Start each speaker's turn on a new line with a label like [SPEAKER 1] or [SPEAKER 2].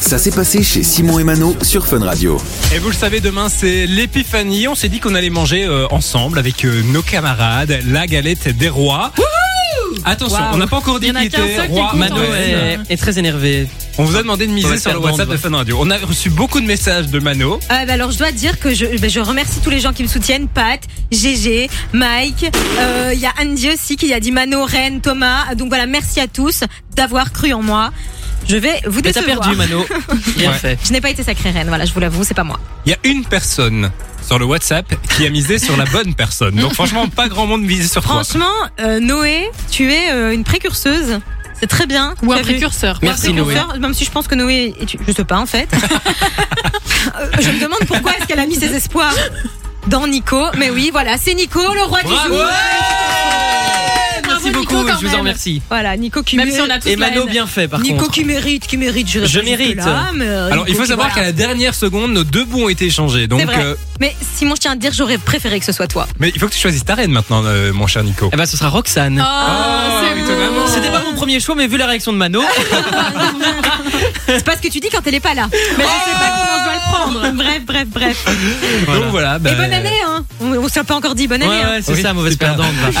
[SPEAKER 1] Ça s'est passé chez Simon et Mano sur Fun Radio.
[SPEAKER 2] Et vous le savez, demain c'est l'épiphanie. On s'est dit qu'on allait manger euh, ensemble avec euh, nos camarades la galette des rois. Attention,
[SPEAKER 3] Waouh.
[SPEAKER 2] on n'a pas encore dit
[SPEAKER 3] Il y en a
[SPEAKER 2] qui
[SPEAKER 3] qu'un
[SPEAKER 2] était
[SPEAKER 3] seul qui est
[SPEAKER 2] roi,
[SPEAKER 3] content.
[SPEAKER 2] Mano et-
[SPEAKER 3] Ouais.
[SPEAKER 4] est, est très énervé.
[SPEAKER 2] On vous a demandé de
[SPEAKER 4] On
[SPEAKER 2] miser
[SPEAKER 4] va se
[SPEAKER 2] sur le
[SPEAKER 4] faire
[SPEAKER 2] WhatsApp de
[SPEAKER 4] vendre.
[SPEAKER 2] Fun Radio. On a reçu beaucoup de messages de Mano.
[SPEAKER 5] Euh, bah alors je dois dire que je, bah, je remercie tous les gens qui me soutiennent, Pat, GG, Mike, euh, il y a Andy aussi qui a dit Mano, Ren, Thomas. Donc voilà, merci à tous d'avoir cru en moi. Je vais vous
[SPEAKER 4] Mais t'as
[SPEAKER 5] décevoir.
[SPEAKER 4] perdu, Mano. Bien
[SPEAKER 2] Ouais.
[SPEAKER 3] Bah,
[SPEAKER 4] fait.
[SPEAKER 5] Je n'ai pas été sacrée reine, voilà, je vous l'avoue, c'est pas moi.
[SPEAKER 2] Il y a une personne sur le WhatsApp qui a misé sur la bonne personne. Donc franchement, pas grand monde misé sur toi.
[SPEAKER 5] Franchement, euh, Noé, tu es euh, une précurseuse. C'est très bien.
[SPEAKER 3] Ou un
[SPEAKER 5] T'as vu.
[SPEAKER 3] précurseur.
[SPEAKER 5] Ou un
[SPEAKER 4] Merci,
[SPEAKER 5] précurseur, Même si je pense que Noé est une- Je sais pas en fait. Euh, je me demande pourquoi est-ce qu'elle a mis ses espoirs dans Nico. Mais oui, voilà, c'est Nico, le roi du
[SPEAKER 4] Bravo
[SPEAKER 5] jour.
[SPEAKER 4] Merci
[SPEAKER 3] Nico,
[SPEAKER 4] beaucoup,
[SPEAKER 3] quand
[SPEAKER 4] je vous en
[SPEAKER 3] même.
[SPEAKER 4] remercie.
[SPEAKER 5] Voilà, Nico qui
[SPEAKER 3] Même
[SPEAKER 5] mérite.
[SPEAKER 3] si on a tous
[SPEAKER 4] Et
[SPEAKER 3] la
[SPEAKER 4] Mano,
[SPEAKER 3] haine.
[SPEAKER 4] bien fait, par
[SPEAKER 5] Nico
[SPEAKER 4] contre.
[SPEAKER 5] qui mérite, qui mérite, j'irai
[SPEAKER 4] Je
[SPEAKER 5] pas jusque
[SPEAKER 4] mérite.
[SPEAKER 5] là, mais, euh,
[SPEAKER 2] Alors il
[SPEAKER 5] Nico
[SPEAKER 2] faut
[SPEAKER 5] qui-
[SPEAKER 2] savoir qu'à
[SPEAKER 5] voilà.
[SPEAKER 2] la dernière seconde, nos deux bons ont été échangés. Donc,
[SPEAKER 5] C'est vrai.
[SPEAKER 2] euh,
[SPEAKER 5] Mais Simon, je tiens à te dire, j'aurais préféré que ce soit toi.
[SPEAKER 2] mais il faut que tu choisisses ta reine maintenant, euh, mon cher Nico.
[SPEAKER 4] Eh ben, ce sera Roxane.
[SPEAKER 3] Oh,
[SPEAKER 2] oui,
[SPEAKER 3] c'est
[SPEAKER 2] étonnamment.
[SPEAKER 3] beau.
[SPEAKER 4] C'était pas mon premier choix, mais vu la réaction de Mano,
[SPEAKER 3] Ah,
[SPEAKER 5] C'est pas ce que tu dis quand elle est pas là. Mais je sais pas comment je dois le
[SPEAKER 3] Oh
[SPEAKER 5] prendre. Bref, bref, bref.
[SPEAKER 2] Donc voilà.
[SPEAKER 3] Euh.
[SPEAKER 2] bah,
[SPEAKER 5] Et bonne année, hein. On, on s'est pas encore dit bonne
[SPEAKER 4] Ouais,
[SPEAKER 5] année. hein.
[SPEAKER 4] ouais, c'est
[SPEAKER 2] Oui,
[SPEAKER 4] ça, mauvaise
[SPEAKER 2] super.
[SPEAKER 4] perdante. va.